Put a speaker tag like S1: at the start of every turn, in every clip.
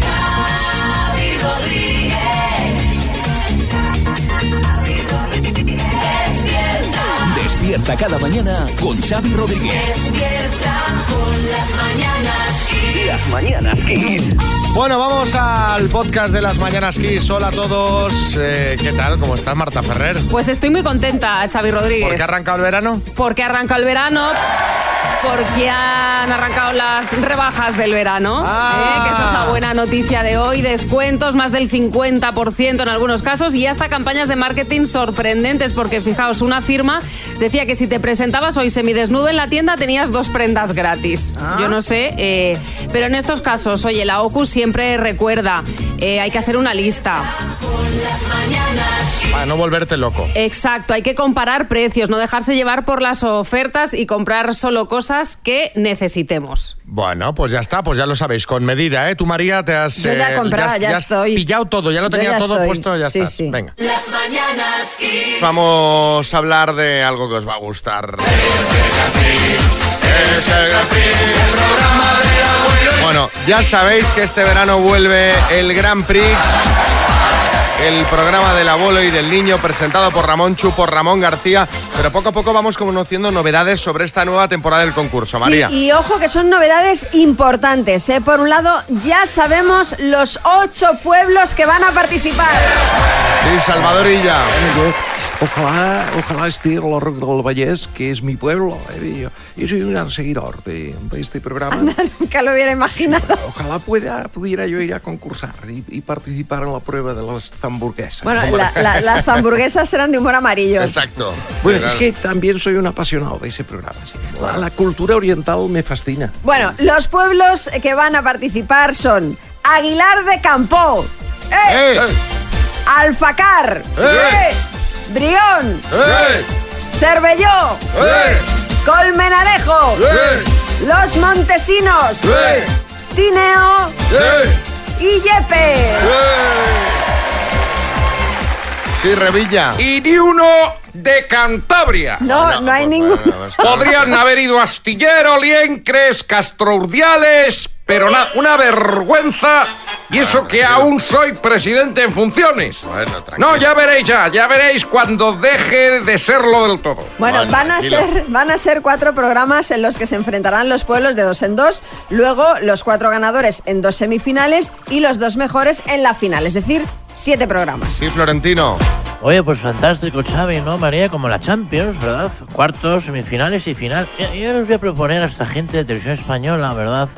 S1: Gaby Rodríguez. Despierta,
S2: Despierta cada mañana con Xavi Rodríguez.
S1: despierta con las mañanas. Kiss.
S2: Las mañanas Kiss.
S3: Bueno, vamos al podcast de las Mañanas Kiss. Hola a todos. Eh, ¿Qué tal? ¿Cómo estás, Marta Ferrer?
S4: Pues estoy muy contenta, Xavi Rodríguez.
S3: ¿Por qué ha arrancado el verano?
S4: Porque arranca el verano, porque han arrancado las rebajas del verano.
S3: Ah.
S4: ¿eh? Que esa es la buena noticia de hoy. Descuentos más del 50% en algunos casos y hasta campañas de marketing sorprendentes. Porque fijaos, una firma decía que si te presentabas hoy semidesnudo en la tienda tenías dos prendas gratis.
S3: Ah.
S4: Yo no sé, eh, pero en estos casos, oye, la OCU siempre recuerda, eh, hay que hacer una lista.
S3: Para Ah, no volverte loco.
S4: Exacto, hay que comparar precios, no dejarse llevar por las ofertas y comprar solo cosas que necesitemos.
S3: Bueno, pues ya está, pues ya lo sabéis, con medida, ¿eh? Tú, María, te has,
S5: Yo ya
S3: eh,
S5: he comprado,
S3: has-
S5: ya
S3: has
S5: estoy.
S3: pillado todo, ya lo
S5: Yo
S3: tenía
S5: ya
S3: todo
S5: estoy.
S3: puesto, ya
S5: Sí,
S3: estás.
S5: sí.
S3: Venga.
S1: Las mañanas Kiss.
S3: Vamos a hablar de algo que os va a gustar. Bueno, ya sabéis que este verano vuelve el Gran Prix, el programa del abuelo y del niño presentado por Ramón Chu, por Ramón García, pero poco a poco vamos conociendo novedades sobre esta nueva temporada del concurso, María.
S5: Sí, y ojo que son novedades importantes. ¿eh? Por un lado, ya sabemos los ocho pueblos que van a participar.
S3: Sí, Salvadorilla.
S6: Yo, ojalá, ojalá esté el Arroc del Vallès, que es mi pueblo. eh, Yo, yo soy un gran seguidor de, de este programa.
S5: Nunca lo hubiera imaginado.
S6: Ojalá pueda, pudiera yo ir a concursar y, y participar en la prueba de las hamburguesas.
S5: Bueno, la- la- las hamburguesas serán de humor amarillo.
S3: Exacto.
S6: Bueno, es que también soy un apasionado de ese programa. sí. La, la cultura oriental me fascina.
S5: Bueno, los pueblos que van a participar son Aguilar de Campo, ¡eh!
S3: ¡Eh!
S5: Alfacar,
S3: ¡Eh!
S5: ¡eh! Brión,
S3: ¡Eh!
S5: Cervelló,
S3: ¡Eh!
S5: Colmenarejo,
S3: ¡Eh!
S5: Los Montesinos,
S3: ¡Eh!
S5: Tineo
S3: ¡Eh!
S5: y Yepe.
S3: Sí, Revilla.
S7: y ni uno de Cantabria.
S5: No, no, hay
S3: pues,
S5: ningún...
S3: bueno, es que-
S7: Podrían haber ido Astillero, Liencres, Castrourdiales, pero na- una vergüenza. Y eso que aún soy presidente en funciones.
S3: Bueno, tranquilo.
S7: No, ya veréis ya, ya veréis cuando deje de serlo del todo.
S5: Bueno,
S3: Bueno,
S5: van, a
S3: tranquilo.
S5: ser, van a ser cuatro programas en los que se enfrentarán los pueblos de dos en dos, luego los cuatro ganadores en dos semifinales y los dos mejores en la final, es decir, siete programas.
S3: Sí, Florentino.
S8: Oye, pues fantástico, Xavi, ¿no, María? Como la Champions, ¿verdad? Cuartos, semifinales y final. Y- Yo les voy a proponer a esta gente de televisión española, ¿verdad?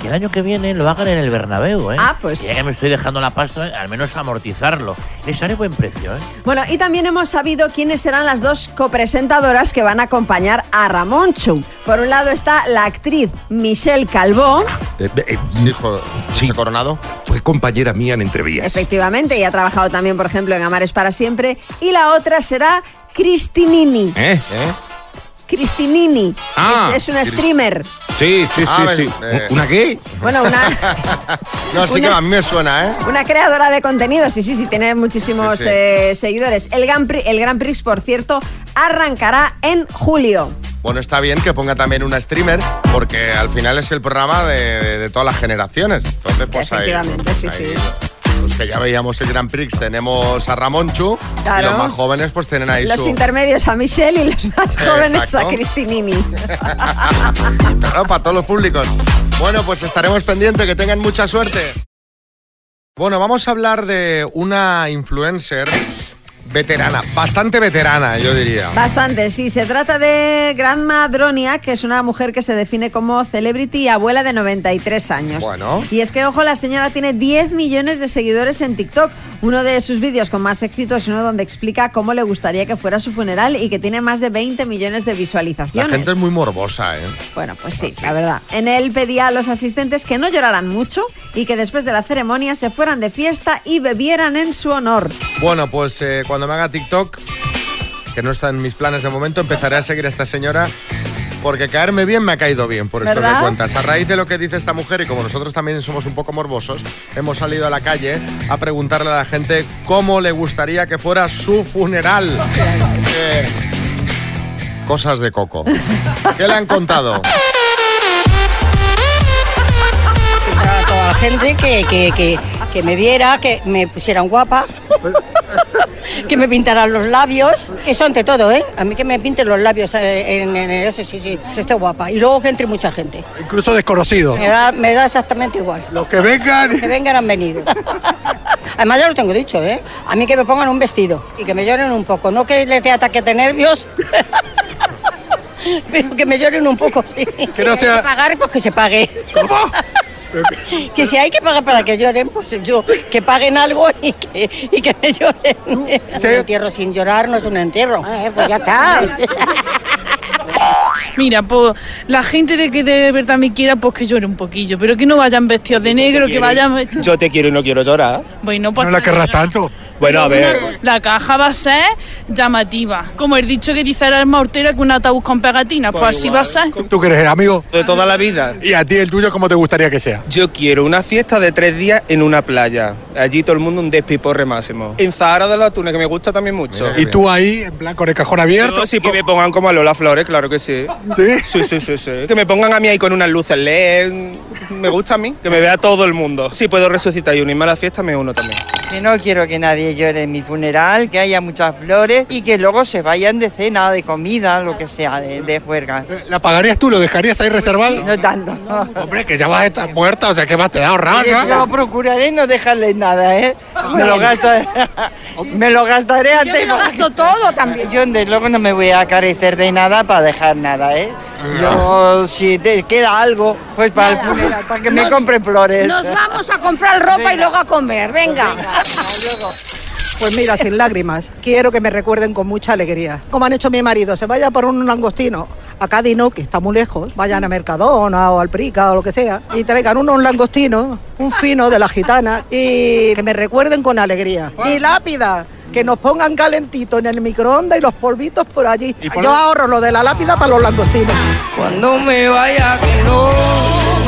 S8: Que el año que viene lo hagan en el Bernabéu, ¿eh?
S5: Ah, pues.
S8: Y Ya que me estoy dejando la pasta, ¿eh? al menos amortizarlo. Les sale buen precio, ¿eh?
S5: Bueno, y también hemos sabido quiénes serán las dos copresentadoras que van a acompañar a Ramón Chu. Por un lado está la actriz Michelle Calvó,
S6: Eh, eh,
S3: Sí, jo-
S6: Sí.
S3: José Coronado.
S6: Fue compañera mía en entrevías.
S5: efectivamente, y ha trabajado también, por ejemplo, en Amares para siempre, y la otra será Cristinini.
S7: ¿Eh?
S3: ¿Eh?
S5: Cristinini
S7: Ah,
S5: es, es una streamer.
S7: Sí, sí,
S3: Ah, sí, ven, sí. eh.
S7: ¿Una qué?
S5: Bueno, una...
S3: No, sí que
S5: Una-
S3: a mí me suena, ¿eh?
S5: Una creadora de contenido, sí, sí, sí, tiene muchísimos
S3: Sí, sí.
S5: eh, seguidores. El Gran, Pri- el Gran Prix, por cierto, arrancará en julio.
S3: Bueno, está bien que ponga también una streamer, porque al final es el programa de, de- de todas las generaciones. Entonces, pues ahí.
S5: Efectivamente, sí, sí.
S3: Los que ya veíamos el Gran Prix tenemos a Ramonchu y
S5: Claro.
S3: los más jóvenes pues tienen ahí
S5: Los
S3: su...
S5: intermedios a Michelle y los más jóvenes
S3: Exacto.
S5: a Cristinini.
S3: Claro, para todos los públicos. Bueno, pues estaremos pendientes, que tengan mucha suerte. Bueno, vamos a hablar de una influencer veterana, bastante veterana, yo diría.
S5: Bastante, sí. Se trata de Grandma Dronia, que es una mujer que se define como celebrity y abuela de 93 años.
S3: Bueno.
S5: Y es que, ojo, la señora tiene 10 millones de seguidores en TikTok. Uno de sus vídeos con más éxito es uno donde explica cómo le gustaría que fuera su funeral y que tiene más de 20 millones de
S3: La
S5: visualizaciones.
S3: gente es muy morbosa, ¿eh?
S5: Bueno, pues sí, la verdad. En él pedía a los asistentes que no lloraran mucho y que después de la ceremonia se fueran de fiesta y bebieran en su honor.
S3: Bueno, pues eh, cuando me haga TikTok, que no está en mis planes de momento, empezaré a seguir a esta señora. Porque caerme bien me ha caído bien, por esto
S5: ¿Verdad?
S3: que cuentas. A raíz de lo que dice esta mujer, y como nosotros también somos un poco morbosos, hemos salido a la calle a preguntarle a la gente cómo le gustaría que fuera su funeral. Eh, cosas de coco. ¿Qué le han contado?
S5: Toda la
S9: gente que, que- que- que me viera, que me pusieran guapa, que me pintaran los labios. Eso ante todo, ¿eh? A mí que me pinten los labios, eh, en, en- eso sí, sí, que esté guapa. Y luego que entre mucha gente.
S10: Incluso desconocido.
S9: Me da, me da exactamente igual.
S10: Los que vengan.
S9: Que vengan han venido. Además ya lo tengo dicho, ¿eh? A mí que me pongan un vestido y que me lloren un poco. No que les dé ataque de nervios, pero que me lloren un poco, sí. Que
S10: no
S9: hay
S10: sea-
S9: que pagar, pues que se pague. Que si hay que pagar para que lloren, pues yo, que paguen algo y que, y que me lloren. Un entierro sin llorar no es un entierro. pues ya está.
S11: Mira, pues la gente de que de verdad me quiera, pues que llore un poquillo, pero que no vayan vestidos de negro, que vayan vestidos...
S12: Yo te quiero y no quiero llorar.
S11: Bueno, pues...
S10: No la querrás tanto.
S12: Bueno, a ver.
S11: Una cosa, La caja va a ser llamativa. Como he dicho que dice la alma hortera que un ataúd con pegatinas, pues, así va a ser.
S10: ¿Tú quieres el amigo?
S12: De toda la vida.
S10: ¿Y a ti el tuyo cómo te gustaría que sea?
S12: Yo quiero una fiesta de tres días en una playa. Allí todo el mundo un despiporre máximo. En Zahara de la Túnez, que me gusta también mucho.
S10: ¿Y tú ahí, en plan, con el cajón abierto?
S12: Yo sí, que me pongan como a Lola Flores, claro que sí.
S10: ¿Sí?
S12: Sí, sí, sí, sí. Que me pongan a mí ahí con unas luces LED. Me gusta a mí. Que me vea todo el mundo. Si puedo resucitar y unirme a la fiesta, me uno también.
S13: Que no quiero que nadie llore en mi funeral, que haya muchas flores y que luego se vayan de cena, de comida, lo que sea, de, de juerga.
S14: Eh,
S10: ¿La pagarías tú? ¿Lo dejarías ahí reservado?
S13: No tanto.
S10: Hombre, que ya vas a estar muerta, o sea, que más te da ahorrar,
S13: Oye,
S10: ¿no?
S13: pero procuraré no dejarle nada, ¿eh? Me lo, gastaré, me lo gastaré antes.
S9: me lo gasto todo también.
S13: Yo desde luego no me voy a carecer de nada para dejar nada, ¿eh? Yo, si te queda algo, pues para el funeral, para que me
S9: Nos-
S13: compren flores.
S9: Nos vamos a comprar ropa y luego a comer, venga.
S15: Pues mira, sin lágrimas. Quiero que me recuerden con mucha alegría. Como han hecho mi marido, se vaya por un langostino a Cádiz, no, que está muy lejos. Vayan a Mercadona o al Prica o lo que sea. Y traigan uno un langostino, un fino de la gitana. Y que me recuerden con alegría. Mi lápida. Que nos pongan calentito en el microondas y los polvitos por allí.
S13: por-
S15: Yo ahorro lo de la lápida para los langostinos.
S13: Cuando me vaya, que no.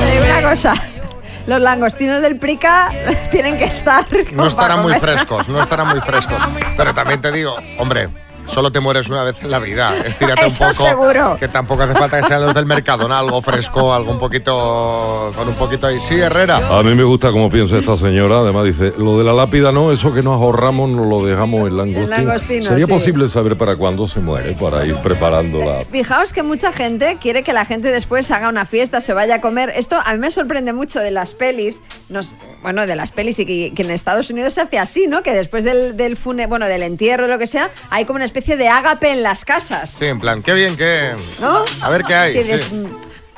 S5: Te digo una cosa. Los langostinos del Prica tienen que estar.
S3: No
S5: ¿eh? como para
S3: estarán muy
S5: comer.
S3: frescos, no estarán muy frescos. Pero también te digo, hombre, solo te mueres una vez en la vida. Estírate
S5: Eso
S3: un poco.
S5: seguro.
S3: Que tampoco hace falta que sean los del mercado, ¿no? Algo fresco, algo un poquito. con un poquito ahí. Sí, Herrera.
S16: A mí me gusta cómo piensa esta señora. Además dice, lo de la lápida no, eso que nos ahorramos nos lo dejamos en langostino.
S5: langostino,
S16: ¿Sería
S5: sí.
S16: posible saber para cuándo se muere? Para ir preparándola.
S5: Fijaos que mucha gente quiere que la gente después haga una fiesta, se vaya a comer. Esto a mí me sorprende mucho de las pelis, nos, bueno, de las pelis y que, que en Estados Unidos se hace así, ¿no? Que después del, del fune, bueno, del entierro, lo que sea, hay como una especie de ágape en las casas,
S3: Sí, en plan, qué bien, qué.
S5: ¿no?
S3: A ver qué hay.
S5: Que des-
S3: sí.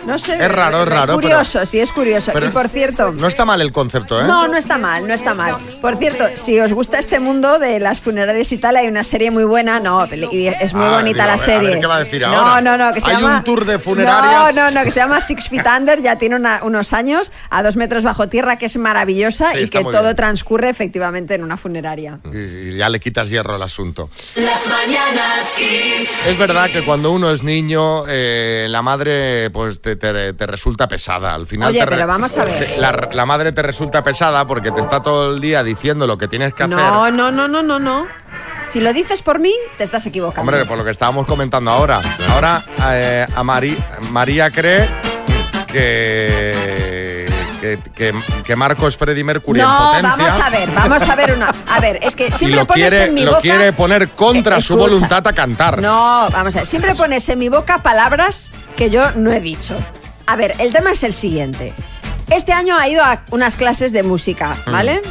S5: No sé.
S3: Es raro, es raro, pero-
S5: Curioso, sí, es curioso.
S3: Pero
S5: y por cierto.
S3: No está mal el concepto, ¿eh?
S5: No, no está mal, no está mal. Por cierto, si os gusta este mundo de las funerarias y tal, hay una serie muy buena, no, peli- y es muy
S3: Ah,
S5: bonita
S3: digo,
S5: la
S3: a ver- a
S5: serie.
S3: ver qué va a decir
S5: no,
S3: ahora.
S5: no, no, que se
S3: Hay
S5: llama
S3: un tour de funerarias.
S5: No, no, no, que se llama Six Feet Under, ya tiene una- unos años, a dos metros bajo tierra, que es maravillosa
S3: Sí,
S5: y
S3: está
S5: que
S3: muy
S5: todo
S3: bien.
S5: transcurre efectivamente en una funeraria.
S3: Y- y ya le quitas hierro al asunto.
S1: Las mañanas Kiss.
S3: Es verdad que cuando uno es niño, eh, la madre pues te, te- te resulta pesada. Al final
S5: Oye,
S3: te re-
S5: pero vamos a ver.
S3: te- La, la madre te resulta pesada porque te está todo el día diciendo lo que tienes que
S5: No,
S3: hacer.
S5: no, no, no, no, no. Si lo dices por mí, te estás equivocando.
S3: Hombre, por lo que estábamos comentando ahora. Ahora eh, a Mari- María cree que, que, que- que Marco es Freddie Mercury
S5: no,
S3: en potencia.
S5: vamos a ver, vamos a ver una. A ver, es que
S3: Y
S5: siempre
S3: lo
S5: pones
S3: quiere,
S5: en mi
S3: lo
S5: boca. Eh,
S3: quiere poner contra su
S5: Escucha.
S3: voluntad a cantar.
S5: No, vamos a ver. Siempre pones en mi boca palabras que yo no he dicho. A ver, el tema es el siguiente. Este año ha ido a unas clases de música,
S3: Mm.
S5: ¿vale?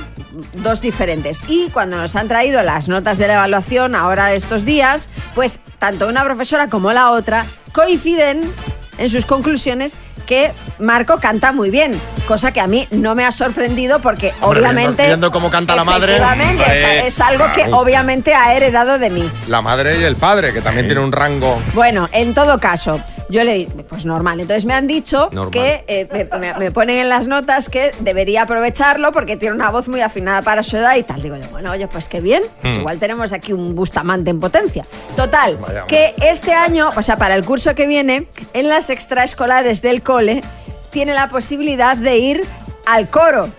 S5: Dos diferentes. Y cuando nos han traído las notas de la evaluación ahora estos días, pues tanto una profesora como la otra coinciden en sus conclusiones que Marco canta muy bien, cosa que a mí no me ha sorprendido porque
S3: Hombre, viendo-
S5: obviamente...
S3: viendo cómo canta la madre.
S5: Efectivamente, o sea,
S3: Hombre,
S5: es algo que
S3: claro.
S5: obviamente ha heredado de mí.
S3: La madre y el padre, que también tiene un rango.
S5: Bueno, en todo caso, yo le dije, pues normal. Entonces me han dicho
S3: Normal.
S5: que eh, me, me- me ponen en las notas que debería aprovecharlo porque tiene una voz muy afinada para su edad y tal. Digo yo, bueno, oye, pues qué bien. Pues
S1: Mm.
S5: igual tenemos aquí un bustamante en potencia. Total,
S1: Vaya,
S5: que este año, o sea, para el curso que viene, en las extraescolares del cole, tiene la posibilidad de ir al coro.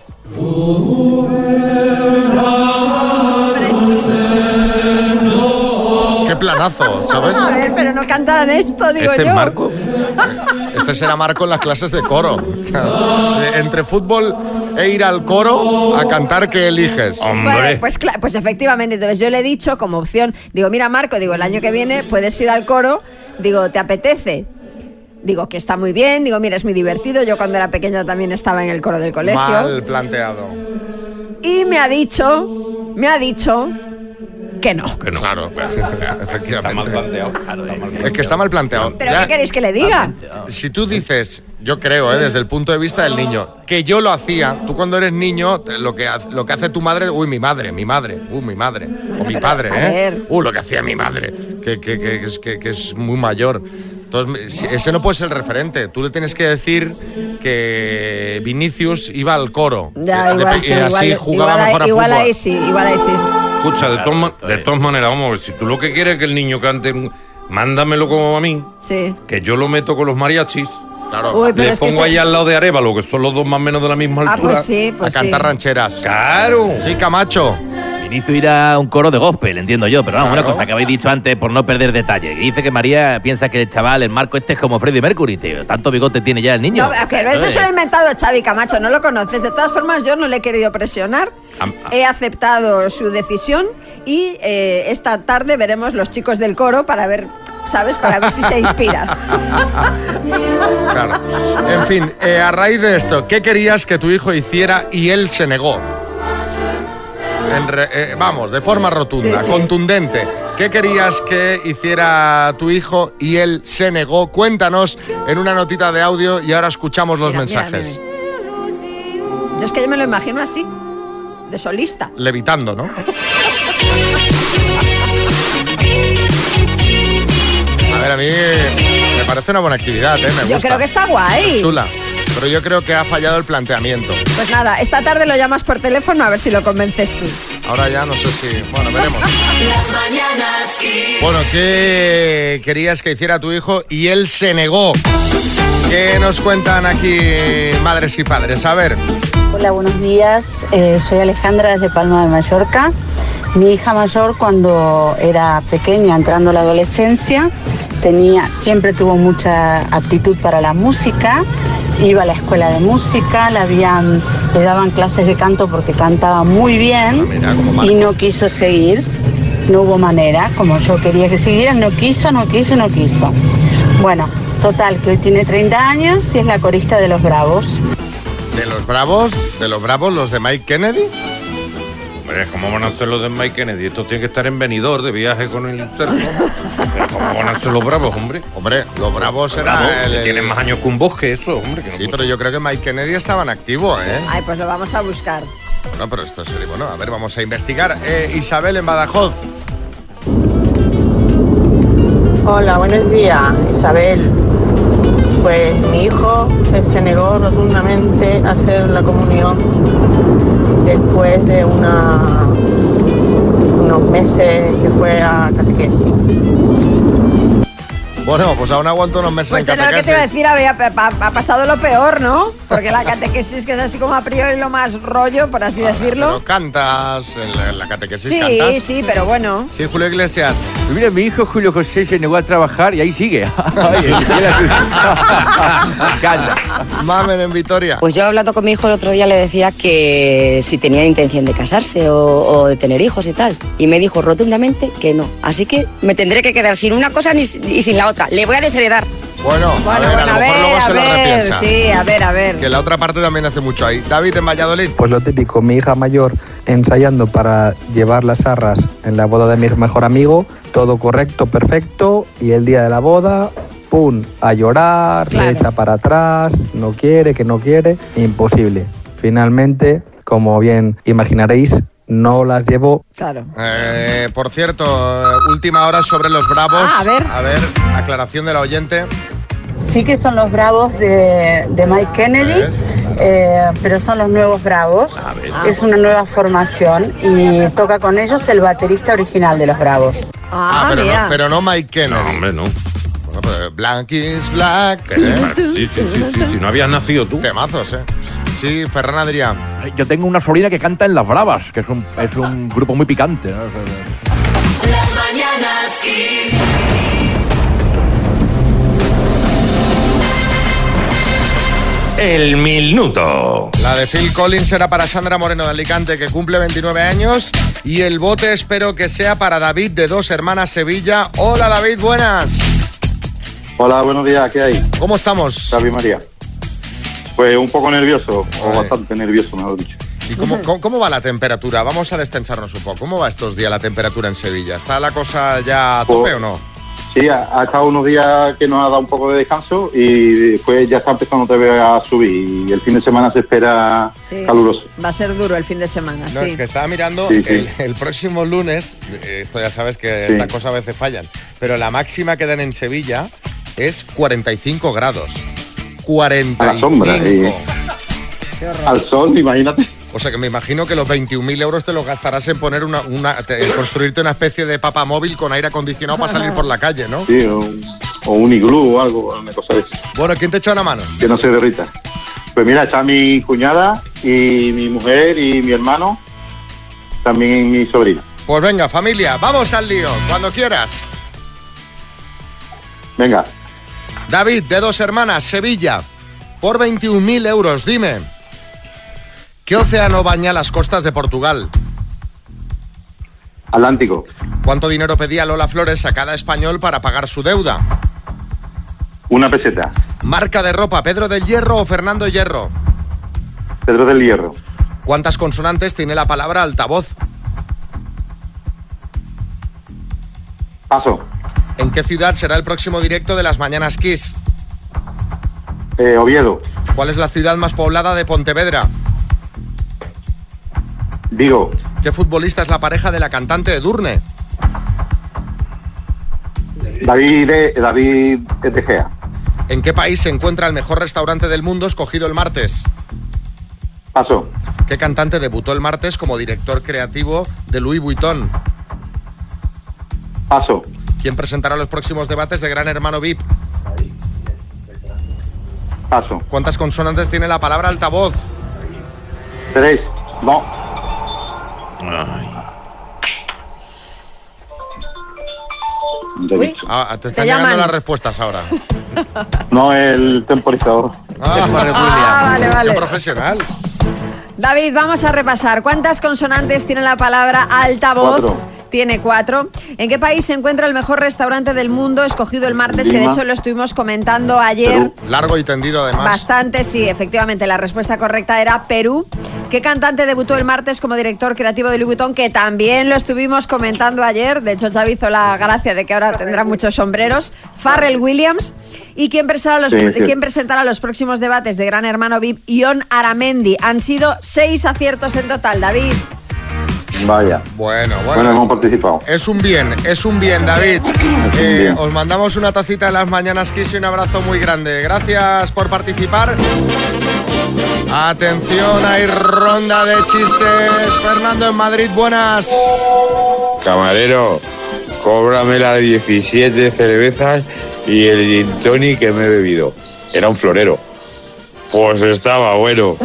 S3: Qué planazo, ¿sabes? Pues-
S5: A ver, pero no cantarán esto, digo
S3: ¿Este es
S5: yo.
S3: Marco? este será Marco en las clases de coro. De- Entre fútbol e ir al coro a cantar, ¿qué eliges?
S5: Bueno, pues, cla- pues efectivamente, entonces yo le he dicho como opción, digo, mira Marco, digo, el año que viene puedes ir al coro, digo, ¿te apetece? Digo que está muy bien, digo, mira, es muy divertido, yo cuando era pequeña también estaba en el coro del colegio.
S3: Mal planteado.
S5: Y me ha dicho, me ha dicho que no.
S3: Claro, efectivamente. Está mal planteado. Es que está mal planteado.
S5: ¿Pero
S3: Ya-
S5: qué queréis que le diga?
S3: Si tú dices, yo creo, ¿eh? desde el punto de vista del niño, que yo lo hacía, tú cuando eres niño, te- lo que, ha- lo que hace tu madre, uy, mi madre, mi madre, uy, mi madre, o mi padre,
S5: a
S3: ¿eh?
S5: ver.
S3: Uy, lo que hacía mi madre, que, que- que- que es, que- que es muy mayor. Entonces, si- ese no puede ser el referente. Tú le tienes que decir que Vinicius iba al coro.
S5: Ya,
S3: de- de
S5: igual,
S3: pe-
S5: sí,
S3: y así
S5: igual-
S3: jugaba
S5: igual ahí-
S3: mejor a
S5: igual
S3: fútbol.
S5: ahí sí, igual ahí sí.
S17: Escucha, de, todas ma- de todas maneras, vamos a ver, si tú lo que quieres es que el niño cante, mm, mándamelo como a mí,
S5: Sí.
S17: que yo lo meto con los mariachis.
S3: Claro.
S5: Uy, pero
S17: Le
S5: es que
S17: pongo
S5: eso-
S17: ahí al lado de Arevalo, que son los dos más o menos de la misma
S5: Ah,
S17: altura.
S5: pues sí, pues
S17: a cantar
S5: sí.
S3: rancheras.
S17: Claro.
S3: Sí, Camacho.
S18: Inicio irá a un coro de gospel, entiendo yo, pero vamos, una cosa que habéis dicho antes por no perder detalle. Dice que María piensa que el chaval, el marco este es como Freddie Mercury, tío. Tanto bigote tiene ya el niño.
S5: No, pero eso se lo ha inventado Xavi Camacho, no lo conoces. De todas formas, yo no le he querido presionar. He aceptado su decisión y eh, esta tarde veremos los chicos del coro para ver, ¿sabes? Para ver si se inspira.
S3: Claro. En fin, eh, a raíz de esto, ¿qué querías que tu hijo hiciera y él se negó? En re- eh, vamos, de forma rotunda,
S19: Sí, sí.
S3: contundente. ¿Qué querías que hiciera tu hijo y él se negó? Cuéntanos en una notita de audio y ahora escuchamos los
S5: Mira, mira,
S3: mensajes.
S5: Yo es que yo me lo imagino así, de solista.
S3: Levitando, ¿no? A ver, a mí me parece una buena actividad, ¿eh? Me
S5: Yo
S3: gusta.
S5: creo que está guay.
S3: Chula. Pero yo creo que ha fallado el planteamiento.
S5: Pues nada, esta tarde lo llamas por teléfono a ver si lo convences tú.
S3: Ahora ya no sé si. Bueno, veremos.
S1: Las mañanas Kiss.
S3: Bueno, ¿qué querías que hiciera tu hijo y él se negó? ¿Qué nos cuentan aquí madres y padres? A ver,
S20: Hola, buenos días. Eh, soy Alejandra desde Palma de Mallorca. Mi hija mayor cuando era pequeña, entrando a la adolescencia, tenía, siempre tuvo mucha aptitud para la música. Iba a la escuela de música, le, habían, le daban clases de canto porque cantaba muy bien y no quiso seguir. No hubo manera, como yo quería que siguiera, no quiso, no quiso, no quiso. Bueno, total, que hoy tiene 30 años y es la corista de los Bravos.
S3: de los bravos, de los bravos, los de Mike Kennedy.
S17: Hombre, ¿cómo van a ser los de Mike Kennedy? Esto tiene que estar en venidor de viaje con el cerco. Pero ¿cómo van a ser los bravos, hombre?
S3: Hombre, los bravos era el- el-
S17: Tienen más años que un bosque, eso, hombre. que no
S3: Sí,
S17: puede
S3: pero yo creo que Mike Kennedy estaba en activo, ¿eh?
S5: Ay, pues lo vamos a buscar.
S3: Bueno, pero esto sería bueno. A ver, vamos a investigar. Eh, Isabel en Badajoz.
S21: Hola, buenos días, Isabel. Pues mi hijo eh, se negó rotundamente a hacer la comunión después de una- unos meses que fue a catequesis.
S3: Bueno, pues aún aguanto unos meses
S5: Pues
S3: en
S5: de lo que te iba a
S3: catequesis.
S5: decir, había, pa- pa- ha pasado lo peor, ¿no? Porque la catequesis, que es así como a priori lo más rollo, por así decirlo.
S3: Pero cantas, en la, en la catequesis
S5: Sí,
S3: cantas.
S5: sí, pero bueno.
S3: Sí, Julio Iglesias.
S22: Mira, mi hijo Julio José se negó a trabajar y ahí sigue. Ah,
S3: Mamen en Vitoria.
S9: Pues yo he hablado con mi hijo el otro día, le decía que si tenía intención de casarse o, o de tener hijos y tal. Y me dijo rotundamente que no. Así que me tendré que quedar sin una cosa ni, si- y sin la otra. Le voy a desheredar.
S3: Bueno, a ver, a lo mejor luego se lo repiensa.
S5: sí, a ver, a ver.
S3: Que la otra parte también hace mucho ahí. David en Valladolid.
S14: Pues lo típico, mi hija mayor ensayando para llevar las arras en la boda de mi mejor amigo, todo correcto, perfecto, y el día de la boda, ¡pum! A llorar, se echa para atrás, no quiere, que no quiere, imposible. Finalmente, como bien imaginaréis, no las llevo
S5: Claro.
S3: Eh, por cierto, eh, última hora sobre los bravos.
S14: Ah, a ver.
S3: A ver, aclaración de la oyente.
S9: Sí que son los bravos de, de Mike Kennedy, eh, pero son los nuevos bravos. Es una nueva formación y toca con ellos el baterista original de los bravos.
S3: Ah, pero,
S9: mira.
S3: no, pero no Mike Kennedy. No,
S17: hombre, no.
S3: Bueno, pero Black is Black.
S17: Que
S3: ¿eh?
S17: sepa. Sí, sí, sí, sí, si no habías nacido tú.
S3: Temazos, ¿eh? Sí, Ferran Adrián.
S22: Yo tengo una sobrina que canta en Las Bravas, que es un, es un grupo muy picante. ¿no? O sea,
S1: Las mañanas Kiss.
S23: El minuto.
S3: La de Phil Collins era para Sandra Moreno de Alicante, que cumple 29 años. Y el bote espero que sea para David de Dos Hermanas Sevilla. Hola David, buenas.
S10: Hola, buenos días, ¿qué hay?
S3: ¿Cómo estamos?
S10: David María. Pues un poco nervioso, o bastante nervioso, mejor dicho.
S3: ¿Y cómo, cómo- cómo va la temperatura? Vamos a destensarnos un poco. ¿Cómo va estos días la temperatura en Sevilla? ¿Está la cosa ya a tope
S10: Pues-
S3: o no?
S10: Sí, ha, ha estado unos días que nos ha dado un poco de descanso y después ya está empezando otra vez a subir y el fin de semana se espera
S5: Sí.
S10: caluroso.
S5: Va a ser duro el fin de semana,
S3: No,
S5: sí.
S3: es que estaba mirando
S10: Sí, sí.
S3: El, el próximo lunes, eh, esto ya sabes que
S10: Sí.
S3: estas cosas a veces fallan, pero la máxima que dan en Sevilla es 45 grados. 45.
S10: A la sombra, eh. al sol, imagínate.
S3: O sea que me imagino que los 21.000 euros te los gastarás en poner una, una- te- en construirte una especie de papa móvil con aire acondicionado para salir por la calle, ¿no?
S10: Sí, o, o un iglú o algo, una cosa de eso,
S3: Bueno, ¿quién te echa una mano?
S10: que no se derrita. Pues mira, está mi cuñada y mi mujer y mi hermano, también mi sobrino.
S3: Pues venga, familia, vamos al lío, cuando quieras.
S10: Venga,
S3: David, de dos hermanas, Sevilla, por 21.000 euros, dime. ¿Qué océano baña las costas de Portugal?
S10: Atlántico,
S3: ¿Cuánto dinero pedía Lola Flores a cada español para pagar su deuda?
S10: una peseta,
S3: ¿Marca de ropa Pedro del Hierro o Fernando Hierro?
S10: Pedro del Hierro,
S3: ¿Cuántas consonantes tiene la palabra altavoz?
S10: paso,
S3: ¿En qué ciudad será el próximo directo de las Mañanas Kiss?
S10: eh, Oviedo,
S3: ¿Cuál es la ciudad más poblada de Pontevedra?
S10: Vigo,
S3: ¿Qué futbolista es la pareja de la cantante de Durne?
S10: David, de, David de Gea,
S3: ¿En qué país se encuentra el mejor restaurante del mundo escogido el martes?
S10: paso,
S3: ¿Qué cantante debutó el martes como director creativo de Louis Vuitton?
S10: paso,
S3: ¿Quién presentará los próximos debates de Gran Hermano VIP?
S10: paso.
S3: ¿Cuántas consonantes tiene la palabra altavoz?
S10: Tres, no,
S18: Ah.
S5: Uy,
S3: Ah, te
S5: te
S3: están
S5: llaman.
S3: llegando las respuestas ahora.
S10: no el temporizador.
S5: Ah, vale, vale.
S3: Qué profesional.
S5: David, vamos a repasar. ¿Cuántas consonantes tiene la palabra altavoz?
S10: Cuatro.
S5: Tiene cuatro. ¿En qué país se encuentra el mejor restaurante del mundo escogido el martes? Que de
S3: Lima.
S5: hecho lo estuvimos comentando ayer.
S3: Largo y tendido además.
S5: Bastante, sí, efectivamente. La respuesta correcta era Perú. ¿Qué cantante debutó el martes como director creativo de Louis Vuitton? Que también lo estuvimos comentando ayer. De hecho, Xavi hizo la gracia de que ahora tendrá muchos sombreros. Farrell Williams. ¿Y quién presentará los,
S24: Sí, sí.
S5: quién presentará los próximos debates de Gran Hermano VIP? Ion Aramendi. Han sido seis aciertos en total, David.
S10: Vaya.
S3: Bueno, bueno.
S10: Bueno, hemos participado.
S3: Es un bien, es un bien, David. Eh,
S10: bien.
S3: Os mandamos una tacita de las mañanas, Kiss, y un abrazo muy grande. Gracias por participar. Atención, hay ronda de chistes. Fernando en Madrid, buenas.
S25: Camarero, cóbrame las 17 cervezas y el gin tonic que me he bebido. Era un florero. Pues estaba bueno.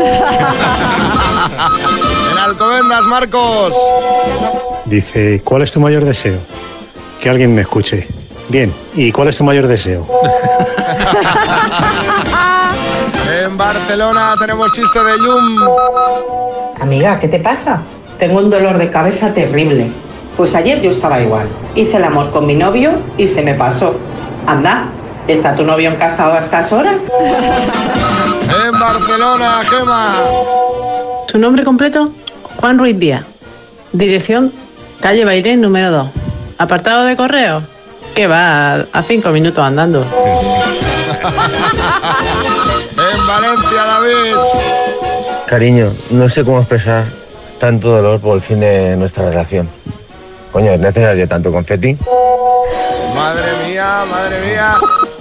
S3: En Alcobendas, Marcos.
S26: Dice, ¿cuál es tu mayor deseo? Que alguien me escuche. Bien, ¿y cuál es tu mayor deseo?
S3: En Barcelona tenemos chiste de Yum.
S27: Amiga, ¿qué te pasa? Tengo un dolor de cabeza terrible. Pues ayer yo estaba igual. Hice el amor con mi novio y se me pasó. Anda, ¿está tu novio en casa a estas horas?
S3: En Barcelona, Gema.
S28: Su nombre completo, Juan Ruiz Díaz. Dirección, calle Bairé, número 2. Apartado de correo, que va a- a cinco minutos andando.
S3: En Valencia, David.
S22: Cariño, no sé cómo expresar tanto dolor por el fin de nuestra relación. Coño, ¿es necesario tanto confeti?
S3: Madre mía, madre mía.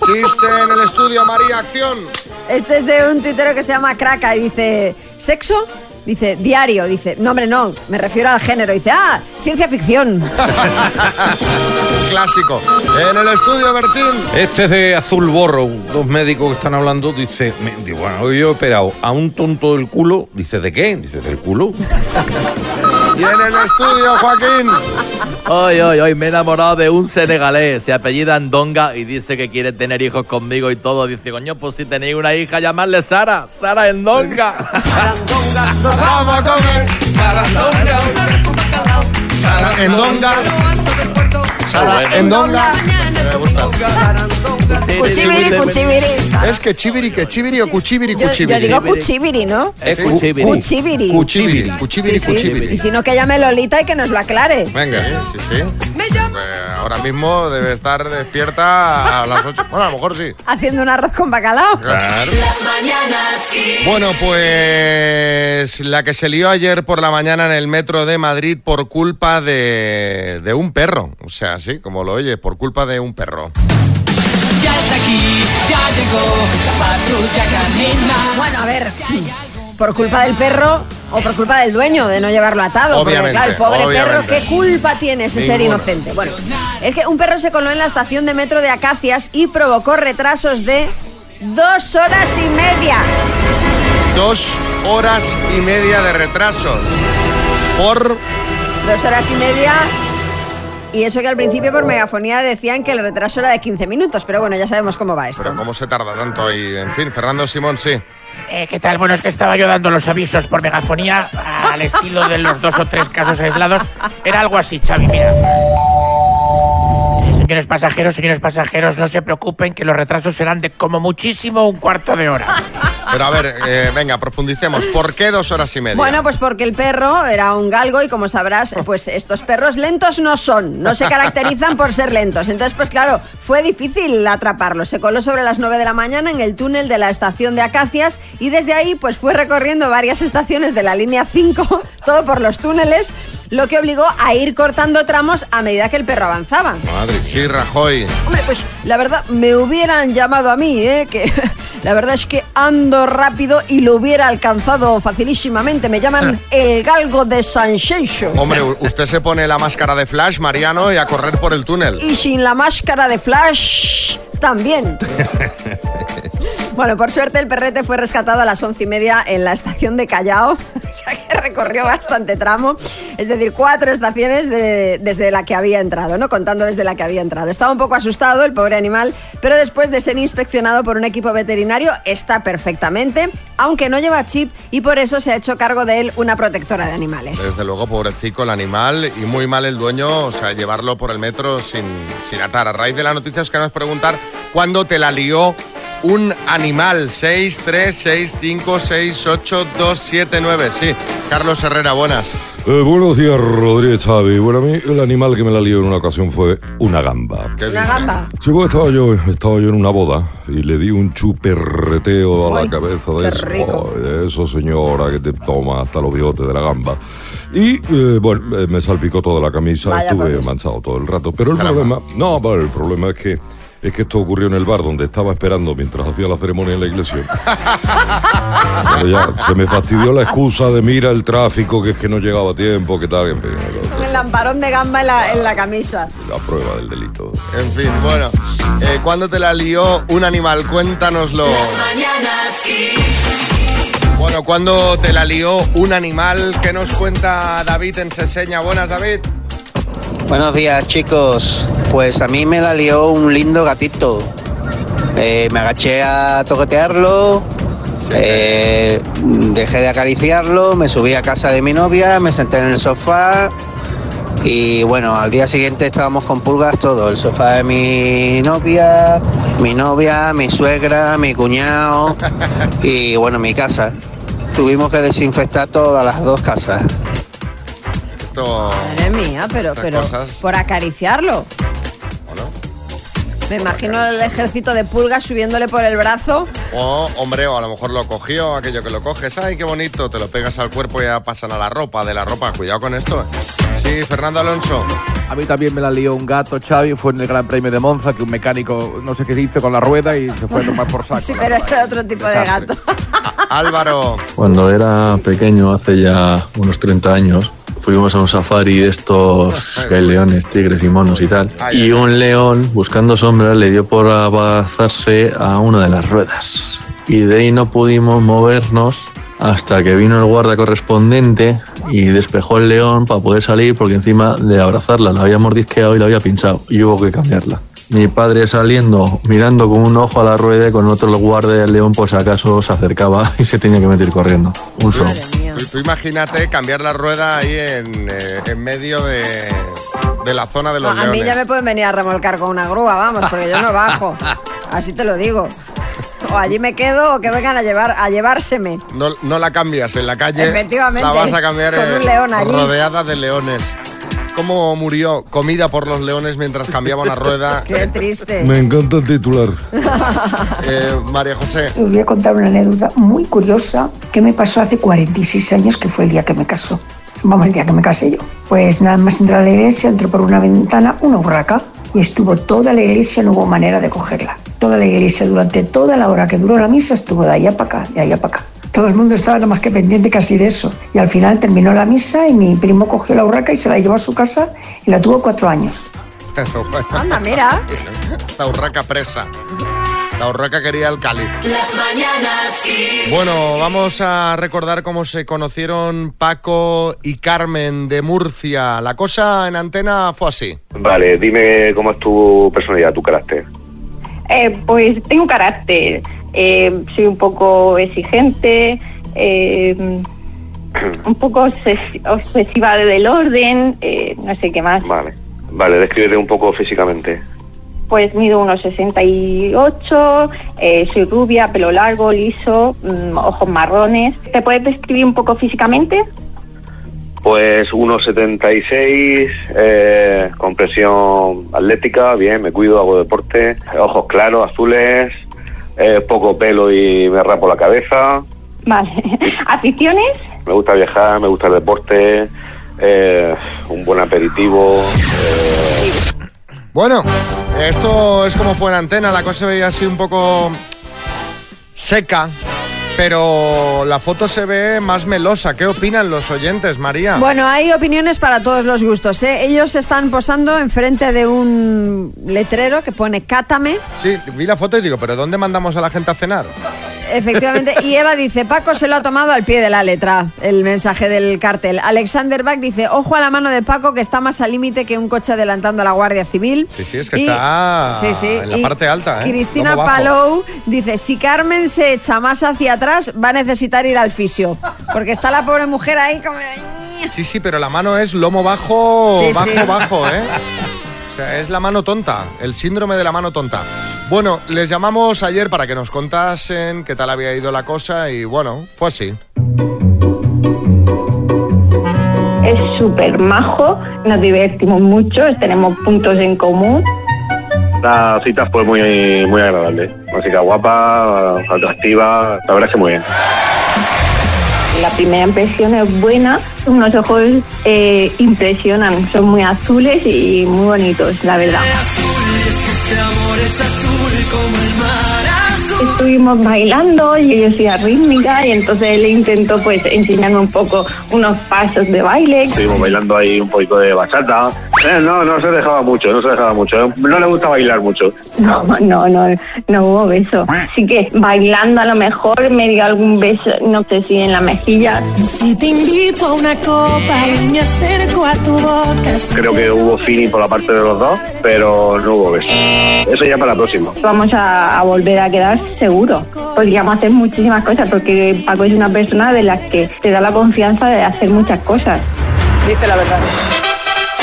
S3: Chiste en el estudio, María, acción.
S5: Este es de un tuitero que se llama Kraka y dice, ¿sexo? Dice, diario, dice, no hombre, no, me refiero al género. Dice, ah, ciencia ficción.
S3: Clásico. En el estudio, Bertín.
S7: Este es de Azul Borro, dos médicos que están hablando, dice, me- digo, bueno, yo he operado a un tonto del culo, dice, ¿de qué? Dice, del culo.
S3: Y en el estudio, Joaquín.
S18: Hoy, hoy, hoy me he enamorado de un senegalés. Se apellida Ndonga y dice que quiere tener hijos conmigo y todo. Dice, coño, pues si tenéis una hija, llamadle Sara. Sara Ndonga.
S3: Vamos a comer. Sara Endonga. Sara Endonga. Me gusta.
S5: Cuchibiri, cuchibiri.
S3: Es que chibiri, que chibiri o cuchibiri,
S5: Yo,
S3: cuchibiri.
S5: yo digo cuchibiri, ¿no?
S3: Es
S5: cuchibiri. Cuchibiri.
S3: Cuchibiri, cuchibiri,
S5: Sí, sí.
S3: cuchibiri.
S5: Y si no, que llame Lolita y que nos lo aclare.
S3: Venga, sí, sí. Eh, ahora mismo debe estar despierta a las 8. Bueno, a lo mejor sí.
S5: Haciendo un arroz con bacalao.
S3: Claro.
S1: Las mañanas Kiss.
S3: Bueno, pues la que se lió ayer por la mañana en el metro de Madrid por culpa de, de un perro. O sea, sí, como lo oyes, por culpa de un perro.
S1: Ya está aquí, ya llegó, la patrulla canina.
S5: Bueno, a ver. Por culpa del perro o por culpa del dueño de no llevarlo atado. porque,
S3: Obviamente,
S5: claro, el pobre perro,
S3: obviamente.
S5: ¿qué culpa tiene ese ser
S3: Ninguna.
S5: inocente? Bueno, es que un perro se coló en la estación de metro de Acacias y provocó retrasos de dos horas y media.
S3: Dos horas y media de retrasos. Por.
S5: Dos horas y media. Y eso que al principio por megafonía decían que el retraso era de 15 minutos, pero bueno, ya sabemos cómo va esto.
S3: Pero ¿cómo se tarda tanto? Y, en fin, Fernando Simón, sí.
S4: Eh, ¿Qué tal? Bueno, es que estaba yo dando los avisos por megafonía al estilo de los dos o tres casos aislados. Era algo así, Xavi, mira. Eh, Señores pasajeros, señores pasajeros, no se preocupen que los retrasos serán de como muchísimo un cuarto de hora.
S3: Pero a ver, eh, venga, profundicemos. ¿Por qué dos horas y media?
S5: Bueno, pues porque el perro era un galgo y como sabrás, pues estos perros lentos no son, no se caracterizan por ser lentos. Entonces, pues claro, fue difícil atraparlo. Se coló sobre las 9 de la mañana en el túnel de la estación de Acacias y desde ahí pues fue recorriendo varias estaciones de la línea 5, todo por los túneles, lo que obligó a ir cortando tramos a medida que el perro avanzaba.
S3: Madre, sí, Rajoy.
S5: Hombre, pues la verdad, me hubieran llamado a mí, ¿eh? Que la verdad es que ando rápido y lo hubiera alcanzado facilísimamente. Me llaman el galgo de San Xenxo.
S3: Hombre, u- usted se pone la máscara de Flash, Mariano, y a correr por el túnel.
S5: Y sin la máscara de Flash también. Bueno, por suerte el perrete fue rescatado a las once y media en la estación de Callao, o sea que recorrió bastante tramo, es decir, cuatro estaciones de- desde la que había entrado, ¿no? Contando desde la que había entrado. Estaba un poco asustado el pobre animal, pero después de ser inspeccionado por un equipo veterinario está perfectamente, aunque no lleva chip y por eso se ha hecho cargo de él una protectora de animales.
S3: Desde luego, pobrecito el animal y muy mal el dueño, o sea, llevarlo por el metro sin, sin atar. A raíz de la noticia os queremos preguntar cuándo te la lió un animal. 6, 3, 6, 5, 6, 8, 2, 7, 9. Sí, Carlos Herrera, buenas.
S16: Eh, buenos días, Rodríguez Xavi. Bueno, a mí el animal que me la lió en una ocasión fue una gamba.
S5: Una gamba.
S16: Chico, estaba yo, estaba yo en una boda y le di un chuperreteo a
S5: Ay,
S16: la cabeza
S5: qué
S16: de eso.
S5: rico.
S16: Ay, eso, señora, que te toma hasta los bigotes de la gamba. Y, eh, bueno, eh, me salpicó toda la camisa,
S5: Vaya por
S16: estuve
S5: Dios.
S16: manchado todo el rato. Pero el problema, no, bueno, el problema es que, es que esto ocurrió en el bar donde estaba esperando mientras hacía la ceremonia en la iglesia. Pero ya, se me fastidió la excusa de mira el tráfico, que es que no llegaba a tiempo, que tal, en fin,
S5: Con el lamparón de gamba en la, en la camisa.
S16: la prueba del delito.
S3: En fin, bueno, eh, ¿cuándo te la lió un animal? Cuéntanoslo.
S1: Mañanas Kiss.
S3: Bueno, ¿cuándo te la lió un animal? ¿Qué nos cuenta David en Seseña? Buenas, David.
S6: Buenos días chicos, pues a mí me la lió un lindo gatito. Eh, me agaché a toquetearlo, eh, dejé de acariciarlo, me subí a casa de mi novia, me senté en el sofá y bueno, al día siguiente estábamos con pulgas todo, el sofá de mi novia, mi novia, mi suegra, mi cuñado y bueno, mi casa. Tuvimos que desinfectar todas las dos casas.
S3: Esto.
S5: Madre mía, pero,
S3: Estas
S5: pero
S3: cosas.
S5: por acariciarlo. Me imagino el ejército de pulgas subiéndole por el brazo.
S3: O, oh, hombre, o a lo mejor lo cogió, aquello que lo coges. ¡Ay, qué bonito! Te lo pegas al cuerpo y ya pasan a la ropa, de la ropa. Cuidado con esto. Sí, Fernando Alonso.
S22: A mí también me la lió un gato, Xavi, fue en el Gran Premio de Monza, que un mecánico no sé qué hizo con la rueda y se fue a tomar por saco.
S5: Sí, pero este es otro tipo de gato.
S3: Álvaro.
S8: Cuando era pequeño, hace ya unos 30 años, fuimos a un safari de estos que hay leones, tigres y monos y tal. Y un león, buscando sombra, le dio por abrazarse a una de las ruedas. Y de ahí no pudimos movernos hasta que vino el guarda correspondiente y despejó el león para poder salir porque encima de abrazarla la había mordisqueado y la había pinchado y hubo que cambiarla. Mi padre saliendo, mirando con un ojo a la rueda y con otro el guarda del león por si acaso se acercaba y se tenía que meter corriendo. Un show.
S3: Tú, tú imagínate cambiar la rueda ahí en, eh, en medio de, de la zona de los
S5: a mí ya
S3: leones.
S5: me pueden venir a remolcar con una grúa, vamos, porque yo no bajo. Así te lo digo. O allí me quedo o que vengan a llevar a llevárseme.
S3: No, no la cambias en la calle.
S5: Efectivamente,
S3: La vas a cambiar
S5: con un
S3: eh,
S5: león allí.
S3: rodeada de leones. ¿Cómo murió? Comida por los leones mientras cambiaba una rueda.
S5: Qué triste.
S16: Me encanta el titular.
S3: Eh, María José.
S29: Os voy a contar una anécdota muy curiosa que me pasó hace 46 años, que fue el día que me casó. Vamos, el día que me casé yo. Pues nada más entrar a la iglesia, entró por una ventana una urraca y estuvo toda la iglesia, no hubo manera de cogerla. Toda la iglesia durante toda la hora que duró la misa estuvo de allá para acá, de allá para acá. Todo el mundo estaba nada más que pendiente casi de eso. Y al final terminó la misa y mi primo cogió la urraca y se la llevó a su casa y la tuvo cuatro años.
S5: Anda, mira.
S3: La urraca presa. La urraca quería el cáliz.
S1: Las mañanas Kiss.
S3: Bueno, vamos a recordar cómo se conocieron Paco y Carmen de Murcia. La cosa en antena fue así.
S10: Vale, dime cómo es tu personalidad, tu carácter.
S27: Eh, pues tengo carácter. Eh, soy un poco exigente, eh, un poco obses- obsesiva del orden, eh, no sé qué más.
S10: Vale. Vale, descríbete un poco físicamente.
S27: Pues mido unos 68, eh, soy rubia, pelo largo, liso, mm, ojos marrones. ¿Te puedes describir un poco físicamente?
S10: Pues 1,76, eh, compresión atlética, bien, me cuido, hago deporte, ojos claros, azules, eh, poco pelo y me rapo la cabeza,
S27: Vale. ¿Aficiones?
S10: me gusta viajar, me gusta el deporte, eh, un buen aperitivo. eh,
S3: Bueno, esto es como fue en antena, la cosa se veía así un poco seca, pero la foto se ve más melosa. ¿Qué opinan los oyentes, María?
S5: Bueno, hay opiniones para todos los gustos. ¿eh? Ellos están posando enfrente de un letrero que pone Cátame,
S3: Sí, vi la foto y digo, ¿pero dónde mandamos a la gente a cenar?
S5: efectivamente. Y Eva dice, Paco se lo ha tomado al pie de la letra, el mensaje del cartel. Alexander Bach dice, ojo a la mano de Paco que está más al límite que un coche adelantando a la Guardia Civil.
S3: Sí, sí, es que
S5: Y-
S3: está
S5: sí, sí,
S3: en la
S5: y
S3: parte alta. ¿eh?
S5: Cristina
S3: Lomo bajo.
S5: Palou dice, si Carmen se echa más hacia atrás, va a necesitar ir al fisio. Porque está la pobre mujer ahí como...
S3: Sí, sí, pero la mano es lomo bajo,
S5: Sí,
S3: bajo,
S5: sí.
S3: bajo, ¿eh? O sea, es la mano tonta, el síndrome de la mano tonta. Bueno, les llamamos ayer para que nos contasen qué tal había ido la cosa y bueno, fue así.
S27: Es súper majo, nos divertimos mucho, tenemos puntos en común.
S10: La cita fue muy, muy agradable, una chica guapa, atractiva, la verdad es que muy bien.
S27: La primera impresión es buena, unos ojos eh, impresionan, son muy azules y muy bonitos, la verdad.
S1: Este amor es azul como el mar azul.
S27: Estuvimos bailando y yo soy rítmica y entonces él intentó pues enseñarme un poco unos pasos de baile.
S10: Estuvimos bailando ahí un poquito de bachata. Eh, no, no se dejaba mucho, no se dejaba mucho. eh. No le gusta bailar mucho.
S27: No, no, no, no hubo beso. Así que bailando a lo mejor me dio algún beso, no sé si en la mejilla.
S1: Si te invito a una copa y me acerco a tu boca.
S10: Creo que hubo fini por la parte de los dos, pero no hubo beso. Eso ya para la próxima.
S27: Vamos a, a volver a quedar seguro. Podríamos hacer muchísimas cosas porque Paco es una persona de las que te da la confianza de hacer muchas cosas.
S10: Dice la verdad.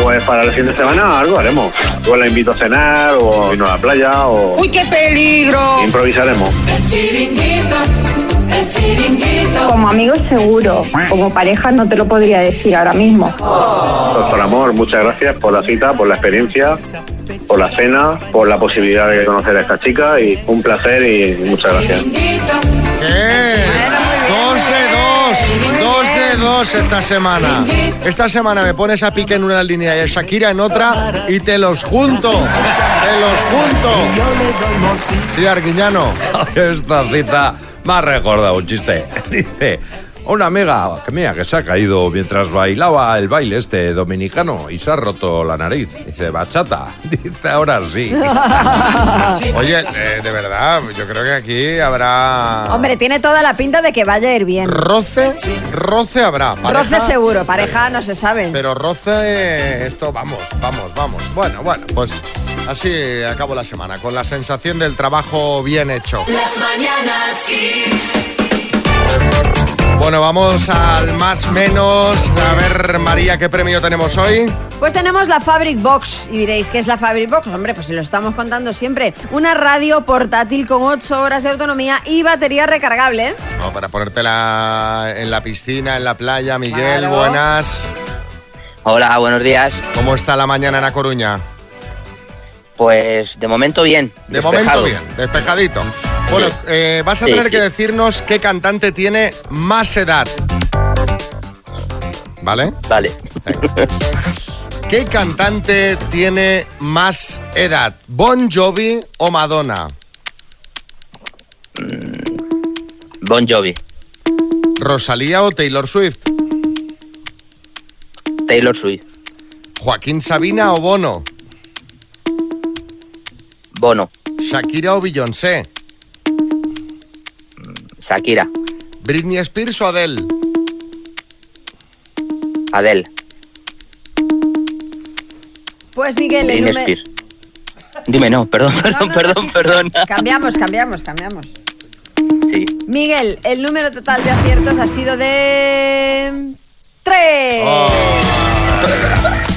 S10: Pues para la siguiente semana algo haremos. O la invito a cenar, o vino a la playa, o
S1: qué peligro!
S10: improvisaremos.
S1: El chiringuito, el chiringuito.
S27: Como amigos seguro, como pareja no te lo podría decir ahora mismo.
S10: Doctor Pues Amor, muchas gracias por la cita, por la experiencia, por la cena, por la posibilidad de conocer a esta chica y un placer y muchas gracias.
S3: ¿Qué? Dos de dos, dos de dos esta semana. Esta semana me pones a Pique en una línea y a Shakira en otra y te los junto, te los junto. Sí, Arguiñano.
S7: Esta cita me ha recordado un chiste. Dice, a una amiga que mía que se ha caído mientras bailaba el baile este dominicano y se ha roto la nariz. Dice, bachata. Dice, ahora sí.
S3: Oye, eh, de verdad, yo creo que aquí habrá...
S5: Hombre, tiene toda la pinta de que vaya a ir bien.
S3: Ah. Roce, roce habrá. Pareja-
S5: Roce seguro, pareja no se sabe.
S3: Pero roce eh, esto, vamos, vamos, vamos. Bueno, bueno, pues así acabo la semana, con la sensación del trabajo bien hecho.
S1: Las mañanas Kiss.
S3: Bueno, vamos al más menos. A ver, María, ¿qué premio tenemos hoy?
S5: Pues tenemos la Fabric Box y diréis, ¿qué es la Fabric Box? Hombre, pues si lo estamos contando siempre. Una radio portátil con 8 horas de autonomía y batería recargable. ¿eh?
S3: No, para ponértela en la piscina, en la playa. Miguel, buenas.
S12: Hola, buenos días.
S3: ¿Cómo está la mañana en A Coruña?
S12: Pues de momento bien.
S3: De
S12: despejado.
S3: momento bien, despejadito. Bueno, eh, vas a
S12: Sí,
S3: tener
S12: sí.
S3: que decirnos qué cantante tiene más edad. ¿Vale?
S12: Vale.
S3: ¿Qué cantante tiene más edad? ¿Bon Jovi o Madonna?
S12: Mm, Bon Jovi,
S3: ¿Rosalía o Taylor Swift?
S12: Taylor Swift,
S3: ¿Joaquín Sabina o Bono?
S12: Bono,
S3: ¿Shakira o Beyoncé?
S12: Shakira,
S3: ¿Britney Spears o Adele?
S12: Adele,
S5: Pues Miguel, el
S12: Britney
S5: número-
S12: Spears. Dime, no, perdón, perdón, perdón, perdón.
S5: Cambiamos, cambiamos, cambiamos.
S12: Sí.
S5: Miguel, el número total de aciertos ha sido de... ¡Tres!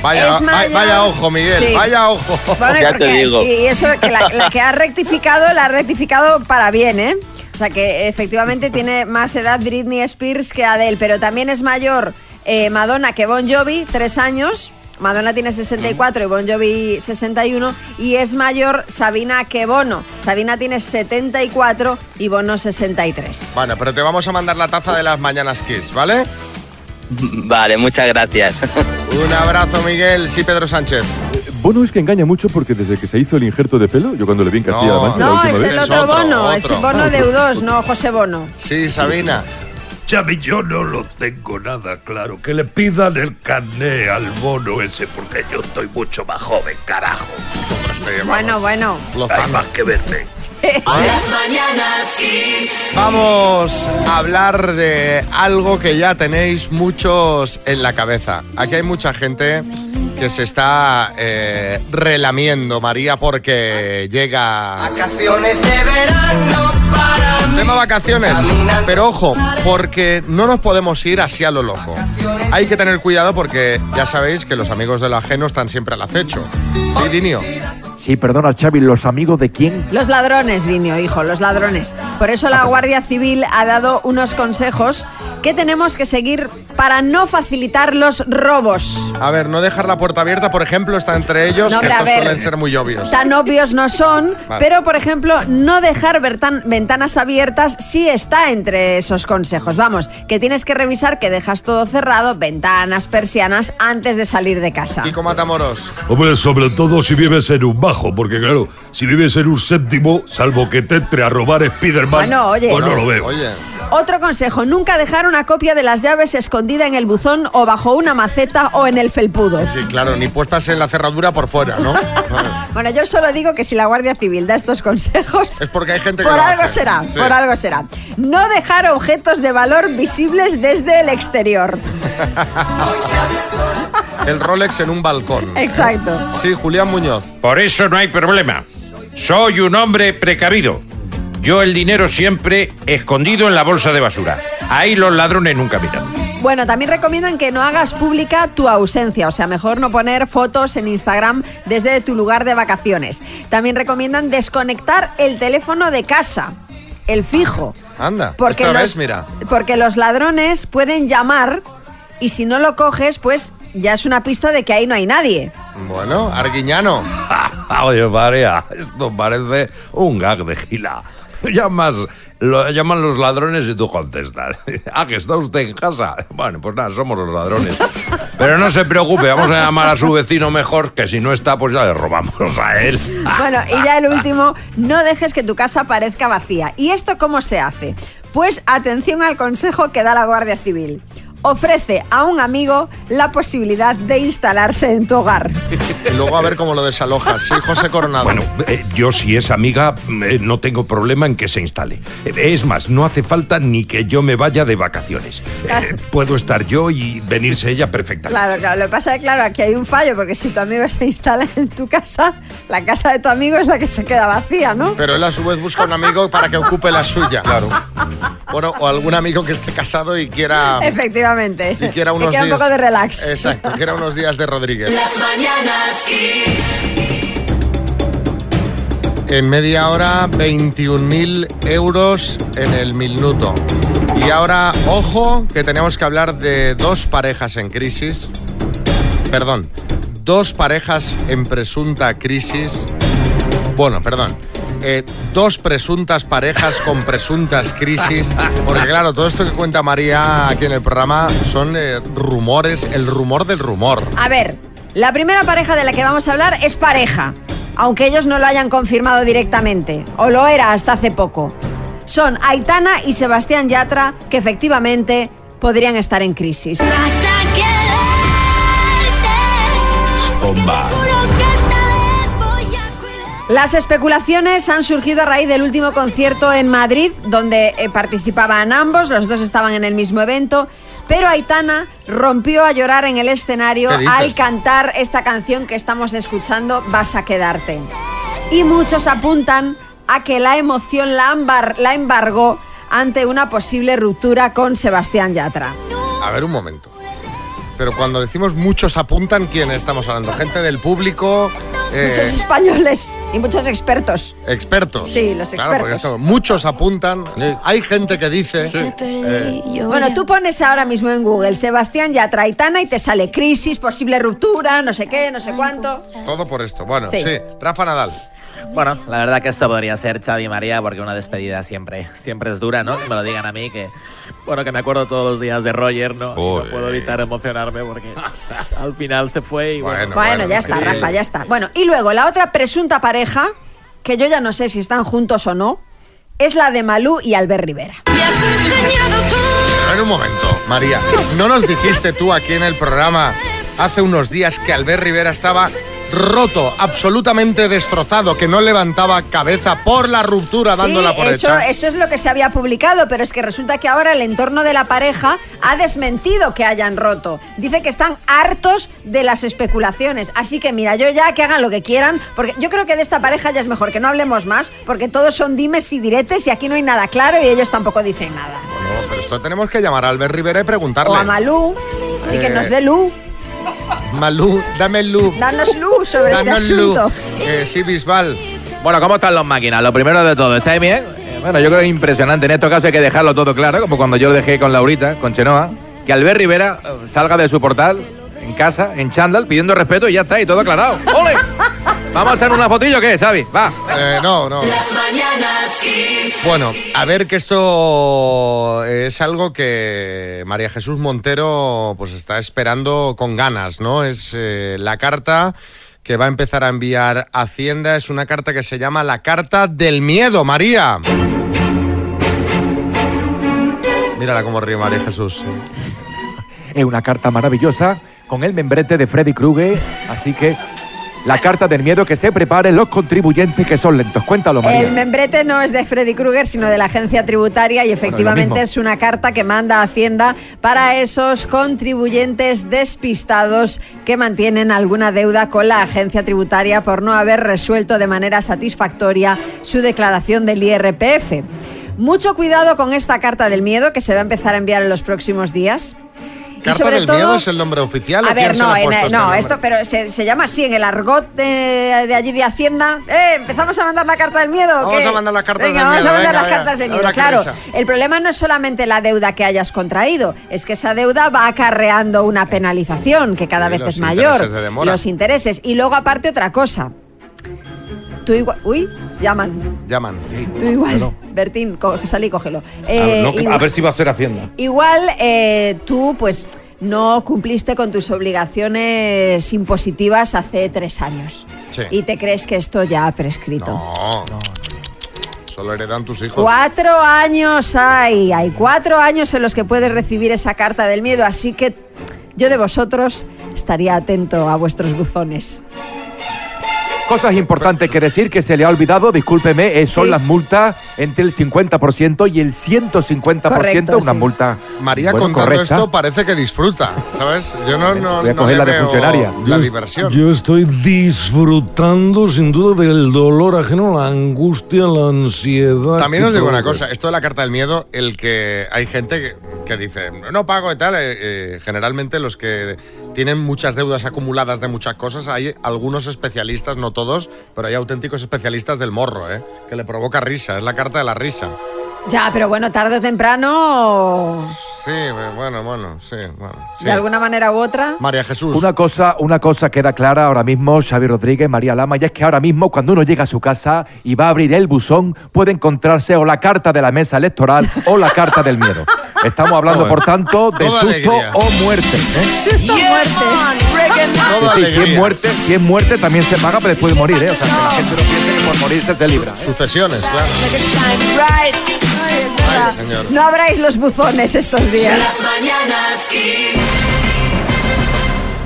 S3: Vaya,
S5: Es
S3: va-
S5: mayor.
S3: vaya ojo, Miguel,
S5: Sí.
S3: vaya ojo.
S5: Bueno, y porque- Y eso, que la, la que ha rectificado, la ha rectificado para bien, ¿eh? O sea que efectivamente tiene más edad Britney Spears que Adele, pero también es mayor eh, Madonna que Bon Jovi, tres años. Madonna tiene 64 y Bon Jovi 61. Y es mayor Sabina que Bono. Sabina tiene 74 y Bono 63.
S3: Bueno, pero te vamos a mandar la taza de las mañanas Kiss, ¿vale?
S12: Vale, muchas gracias.
S3: Un abrazo, Miguel. Sí, Pedro Sánchez.
S22: Bono es que engaña mucho porque desde que se hizo el injerto de pelo, yo cuando le vi en Castilla-La Mancha la
S5: No,
S22: última
S5: es
S22: vez...
S5: el otro Bono, es el Bono de U2, no José Bono.
S3: Sí, Sabina.
S13: Xavi, yo no lo tengo nada claro. Que le pidan el carné al mono ese, porque yo estoy mucho más joven, carajo.
S5: Bueno, bueno.
S13: Hay más que verme.
S1: Las mañanas Kiss.
S3: Vamos a hablar de algo que ya tenéis muchos en la cabeza. Aquí hay mucha gente que se está eh, relamiendo, María, porque llega...
S1: Vacaciones de verano para mí.
S3: Tema vacaciones. Pero ojo, porque no nos podemos ir así a lo loco. Hay que tener cuidado porque ya sabéis que los amigos de lo ajeno están siempre al acecho. Sí, Dinio.
S22: Sí, perdona, Xavi, ¿los amigos de quién?
S5: Los ladrones, Dinio, hijo, los ladrones. Por eso la Guardia Civil ha dado unos consejos que tenemos que seguir para no facilitar los robos.
S3: A ver, no dejar la puerta abierta, por ejemplo, está entre ellos,
S5: No,
S3: que
S5: hombre, a
S3: estos
S5: ver.
S3: suelen ser muy obvios.
S5: Tan obvios no son,
S3: Vale.
S5: pero por ejemplo, no dejar vertan- ventanas abiertas sí está entre esos consejos. Vamos, que tienes que revisar que dejas todo cerrado, ventanas, persianas, antes de salir de casa.
S3: Kiko Matamoros.
S13: Hombre, sobre todo si vives en un bajo, porque claro, si vives en un séptimo, salvo que te entre a robar Spiderman,
S5: Bueno, Ah, oye.
S13: pues no lo veo.
S5: Otro consejo, nunca dejar una copia de las llaves escondida en el buzón o bajo una maceta o en el felpudo.
S3: Sí, claro, ni puestas en la cerradura por fuera, ¿no?
S5: Bueno, yo solo digo que si la Guardia Civil da estos consejos...
S3: Es porque hay gente que
S5: Por
S3: lo
S5: algo
S3: hace.
S5: será,
S3: Sí.
S5: por algo será. No dejar objetos de valor visibles desde el exterior.
S3: El Rolex en un balcón.
S5: Exacto.
S3: Sí, Julián Muñoz.
S7: Por eso no hay problema. Soy un hombre precavido. Yo el dinero siempre escondido en la bolsa de basura. Ahí los ladrones nunca miran.
S5: Bueno, también recomiendan que no hagas pública tu ausencia, o sea, mejor no poner fotos en Instagram desde tu lugar de vacaciones. También recomiendan desconectar el teléfono de casa, el fijo,
S3: Anda,
S5: Porque
S3: esta
S5: los-
S3: vez, mira.
S5: porque los ladrones pueden llamar y si no lo coges, pues ya es una pista de que ahí no hay nadie.
S3: Bueno, Arguiñano.
S7: Oye, María, esto parece un gag de gila. Llamas, lo, llaman los ladrones y tú contestas. Ah, que está usted en casa. Bueno, pues nada, somos los ladrones. Pero no se preocupe, vamos a llamar a su vecino mejor, que si no está, pues ya le robamos a él.
S5: Bueno, y ya el último, no dejes que tu casa parezca vacía. ¿Y esto cómo se hace? Pues atención al consejo que da la Guardia Civil. Ofrece a un amigo la posibilidad de instalarse en tu hogar.
S3: Y luego a ver cómo lo desalojas. Sí, José Coronado.
S13: Bueno, eh, yo si es amiga, eh, no tengo problema en que se instale. Eh, Es más, no hace falta ni que yo me vaya de vacaciones. Eh, puedo estar yo y venirse ella perfectamente.
S5: Claro, claro. Lo que pasa es que, claro, aquí hay un fallo, porque si tu amigo se instala en tu casa, la casa de tu amigo es la que se queda vacía, ¿no?
S3: Pero él a su vez busca un amigo para que ocupe la suya. Claro. Bueno, o algún amigo que esté casado y quiera,
S5: Efectivamente.
S3: y quiera
S5: Que
S3: unos
S5: queda
S3: días.
S5: un poco de relax.
S3: Exacto, quiera unos días de Rodríguez.
S1: mañanas Kiss.
S3: En media hora, 21.000 euros en el minuto. Y ahora, ojo, que tenemos que hablar de dos parejas en crisis. Perdón, dos parejas en presunta crisis. Bueno, perdón. eh, dos presuntas parejas con presuntas crisis. Porque claro, todo esto que cuenta María aquí en el programa son eh, rumores, el rumor del rumor.
S5: A ver, la primera pareja de la que vamos a hablar es pareja, aunque ellos no lo hayan confirmado directamente, o lo era hasta hace poco. Son Aitana y Sebastián Yatra, que efectivamente podrían estar en crisis.
S1: Bomba.
S5: Las especulaciones han surgido a raíz del último concierto en Madrid, donde eh, participaban ambos, los dos estaban en el mismo evento, pero Aitana rompió a llorar en el escenario
S2: ¿Qué dices?
S5: al cantar esta canción que estamos escuchando, Vas a quedarte. Y muchos apuntan a que la emoción la, ambar- la embargó ante una posible ruptura con Sebastián Yatra.
S3: A ver un momento. Pero cuando decimos muchos apuntan, ¿quién estamos hablando? Gente del público, eh,
S5: Muchos españoles y muchos expertos.
S3: expertos.
S5: Sí, los
S3: Claro, porque
S5: expertos.
S3: esto, muchos apuntan. Hay gente que dice. eh,
S5: Bueno, tú pones ahora mismo en Google Sebastián Yatra Aitana y te sale crisis, posible ruptura, no sé qué, no sé cuánto.
S3: todo por esto. Bueno,
S5: Sí.
S3: sí. Rafa Nadal.
S18: Bueno, la verdad que esto podría ser Xavi y María, porque una despedida siempre, siempre es dura, ¿no? Que me lo digan a mí, que bueno, que me acuerdo todos los días de Roger, ¿no? Y no puedo evitar emocionarme porque al final se fue y bueno.
S5: Bueno, ya está,
S18: sí.
S5: Rafa, ya está. Bueno, y luego la otra presunta pareja, que yo ya no sé si están juntos o no, es la de Malú y Albert Rivera.
S3: Pero en un momento, María. ¿No nos dijiste tú aquí en el programa hace unos días que Albert Rivera estaba roto, absolutamente destrozado, que no levantaba cabeza por la ruptura dándola
S5: sí,
S3: por
S5: eso,
S3: hecha?
S5: eso es lo que se había publicado, pero es que resulta que ahora el entorno de la pareja ha desmentido que hayan roto. Dice que están hartos de las especulaciones. Así que mira, yo ya que hagan lo que quieran, porque yo creo que de esta pareja ya es mejor que no hablemos más, porque todos son dimes y diretes y aquí no hay nada claro y ellos tampoco dicen nada.
S3: Bueno, pero esto tenemos que llamar a Albert Rivera y preguntarle.
S5: O a Malú, y que
S3: Eh,
S5: nos dé luz,
S3: Malú, dame luz.
S5: danos luz sobre
S3: Danos
S5: este
S3: luz.
S5: asunto.
S3: Eh, sí, Bisbal.
S18: Bueno, ¿cómo están los máquinas? Lo primero de todo, ¿estáis bien? Eh, Bueno, yo creo que es impresionante. En estos casos hay que dejarlo todo claro, como cuando yo lo dejé con Laurita, con Chenoa, que Albert Rivera eh, salga de su portal, en casa, en chándal, pidiendo respeto y ya está, y todo aclarado. ¡Ole! ¿Vamos a hacer una fotillo o qué, Xavi? Va.
S3: Eh, no, no.
S1: Las mañanas Kiss.
S3: Bueno, a ver que esto es algo que María Jesús Montero pues está esperando con ganas, ¿no? Es eh, la carta que va a empezar a enviar Hacienda, es una carta que se llama la carta del miedo, María. Mírala cómo ríe María Jesús.
S22: Es una carta maravillosa con el membrete de Freddy Krueger, así que la carta del miedo que se preparen los contribuyentes que son lentos. Cuéntalo,
S5: El
S22: María.
S5: membrete no es de Freddy Krueger, sino de la agencia tributaria y efectivamente
S22: mismo.
S5: es una carta que manda Hacienda para esos contribuyentes despistados que mantienen alguna deuda con la agencia tributaria por no haber resuelto de manera satisfactoria su declaración del IRPF. Mucho cuidado con esta carta del miedo que se va a empezar a enviar en los próximos días. Y
S3: ¿Carta
S5: sobre
S3: del
S5: todo-
S3: miedo es el nombre oficial o
S5: a ver,
S3: quién se
S5: no,
S3: le ha
S5: en-
S3: puesto este
S5: no
S3: nombre?
S5: esto, pero se, se llama así en el argot de, de allí de Hacienda. Eh, empezamos a mandar la carta del miedo.
S3: Vamos
S5: ¿qué?
S3: a mandar las cartas
S5: Venga,
S3: del
S5: vamos
S3: miedo,
S5: a mandar
S3: venga,
S5: las
S3: venga,
S5: cartas del
S3: ahora
S5: miedo.
S3: que
S5: Claro,
S3: risa.
S5: el problema no es solamente la deuda que hayas contraído, es que esa deuda va acarreando una penalización que cada
S3: Sí,
S5: vez
S3: los
S5: es mayor.
S3: intereses de demora.
S5: Los intereses. Y luego, aparte, otra cosa. Tú igual. Uy, llaman.
S3: Llaman.
S5: Tú igual. Bertín, co- sal y cógelo.
S17: a,
S5: Eh,
S17: ver, no,
S5: igual-
S17: a ver si va a ser Hacienda.
S5: Igual eh, tú, pues, no cumpliste con tus obligaciones impositivas hace tres años.
S3: Sí.
S5: Y te crees que esto ya ha prescrito.
S3: No. Solo heredan tus hijos.
S5: Cuatro años hay, hay cuatro años en los que puedes recibir esa carta del miedo, así que yo de vosotros estaría atento a vuestros buzones.
S22: Cosas importantes que decir que se le ha olvidado, discúlpeme, eh, son las multas entre el 50% y el 150%,
S3: Correcto,
S22: una
S3: sí.
S22: multa.
S3: María
S22: bueno,
S3: contando
S22: correcta.
S3: esto parece que disfruta, ¿sabes? Yo no, no,
S22: Voy a
S3: no
S22: coger
S3: le
S22: la de
S3: veo
S22: funcionaria.
S3: la
S16: Yo-
S3: diversión.
S16: Yo estoy disfrutando sin duda del dolor ajeno, la angustia, la ansiedad.
S3: También
S16: y
S3: os digo
S16: todo.
S3: una cosa, esto de la carta del miedo, el que hay gente que, que dice, no pago y tal, eh, eh, generalmente los que tienen muchas deudas acumuladas de muchas cosas, hay algunos especialistas, no todos, pero hay auténticos especialistas del morro, ¿eh? que le provoca risa, es la carta de la risa.
S5: Ya, pero bueno, tarde o temprano,
S3: Sí, eh, bueno, bueno, sí, bueno. sí.
S5: de alguna manera u otra.
S3: María Jesús.
S22: Una cosa, una cosa queda clara ahora mismo, Xavi Rodríguez, María Lama, y es que ahora mismo cuando uno llega a su casa y va a abrir el buzón, puede encontrarse o la carta de la mesa electoral o la carta del miedo. Estamos hablando,
S13: Bueno.
S22: por tanto, de
S13: Toda
S22: susto
S13: alegría.
S22: o muerte. ¿eh?
S5: Susto muerte.
S22: Ah, Sí, sí, si es muerte, si es muerte también se paga, pero después de morir, ¿eh? O sea, que la gente no piense que por morirse se libra. ¿eh?
S3: Sucesiones, claro.
S5: Ah, No abráis los buzones estos días.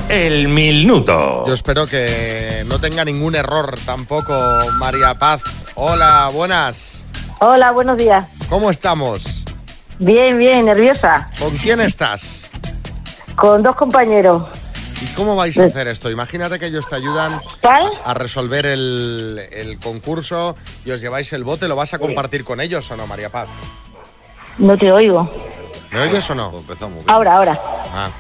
S3: El minuto. Yo espero que no tenga ningún error tampoco María Paz. Hola, buenas.
S2: Hola, buenos días.
S3: ¿Cómo estamos?
S2: Bien, bien, nerviosa.
S3: ¿Con quién estás?
S2: Con dos compañeros.
S3: ¿Y cómo vais a hacer esto? Imagínate que ellos te ayudan
S2: ¿Tal?
S3: a resolver el, el concurso y os lleváis el bote. ¿Lo vas a compartir con ellos o no, María Paz?
S2: No te oigo.
S3: ¿Me oyes o no?
S2: Ahora, ahora.
S3: Ah,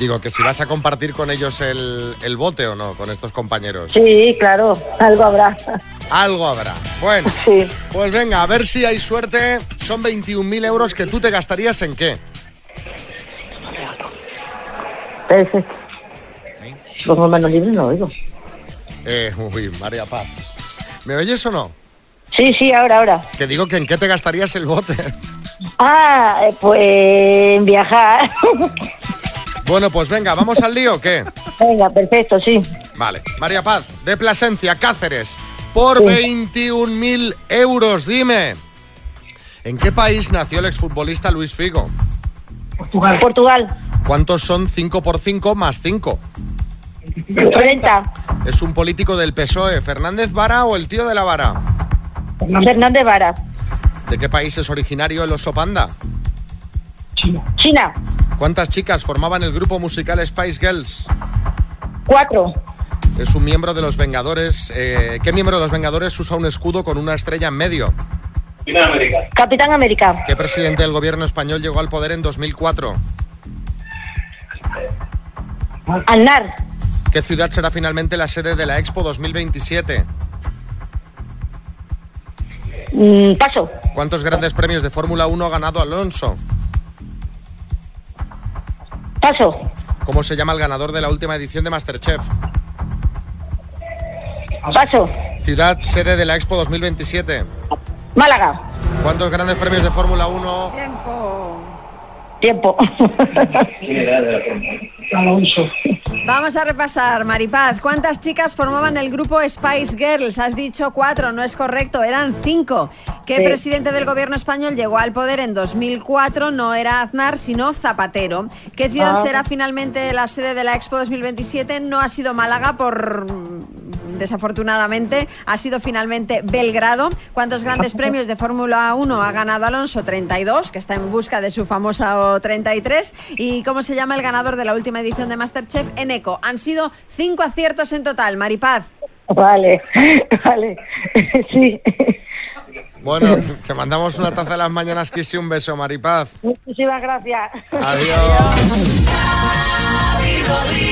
S3: digo que si vas a compartir con ellos el, el bote o no, con estos compañeros.
S2: Sí, claro, algo habrá.
S3: Algo habrá. Bueno, pues venga, a ver si hay suerte. Son 21.000 euros que tú te gastarías en qué.
S2: Perfecto. Pongo manos libres, no oigo.
S3: Eh, uy, María Paz. ¿Me oyes o no?
S2: Sí, sí, ahora, ahora.
S3: Que digo que en qué te gastarías el bote.
S2: Ah, eh, pues en viajar.
S3: Bueno, pues venga, ¿vamos al lío o qué?
S2: Venga, perfecto, sí.
S3: Vale. María Paz, de Plasencia, Cáceres, por 21.000 euros, dime. ¿En qué país nació el exfutbolista Luis Figo?
S2: Portugal. Portugal.
S3: ¿Cuántos son 5 por 5 más 5?
S2: 40.
S3: ¿Es un político del PSOE, E. Fernández Vara o el tío de la Vara?
S2: Fernández Vara.
S3: ¿De qué país es originario el oso panda?
S2: China.
S3: ¿Cuántas chicas formaban el grupo musical Spice Girls?
S2: Cuatro.
S3: Es un miembro de los Vengadores. eh, ¿Qué miembro de los Vengadores usa un escudo con una estrella en medio?
S2: Capitán América.
S3: ¿Qué presidente del gobierno español llegó al poder en 2004?
S2: Aznar.
S3: ¿Qué ciudad será finalmente la sede de la Expo 2027?
S2: paso.
S3: ¿Cuántos grandes premios de Fórmula 1 ha ganado Alonso?
S2: Paso.
S3: ¿Cómo se llama el ganador de la última edición de Masterchef?
S2: Paso.
S3: Ciudad sede de la Expo 2027.
S2: Málaga.
S3: ¿Cuántos grandes premios de Fórmula 1?
S2: Tiempo.
S5: Vamos a repasar, Maripaz. ¿Cuántas chicas formaban el grupo Spice Girls? Has dicho cuatro, no es correcto, eran cinco. ¿Qué
S2: Sí.
S5: presidente del gobierno español llegó al poder en 2004? No era Aznar, sino Zapatero. ¿Qué ciudad
S2: Ah.
S5: será finalmente la sede de la Expo 2027? No ha sido Málaga por... mm, Desafortunadamente ha sido finalmente Belgrado. ¿Cuántos grandes premios de Fórmula 1 ha ganado Alonso? 32, que está en busca de su famosa 33. ¿Y cómo se llama el ganador de la última edición de Masterchef? Eneco. Han sido cinco aciertos en total, Maripaz.
S2: Vale, vale. Sí.
S3: Bueno, te mandamos una taza de las mañanas, Kiss y un beso, Maripaz.
S2: Muchísimas gracias.
S3: Adiós.
S1: Rodríguez.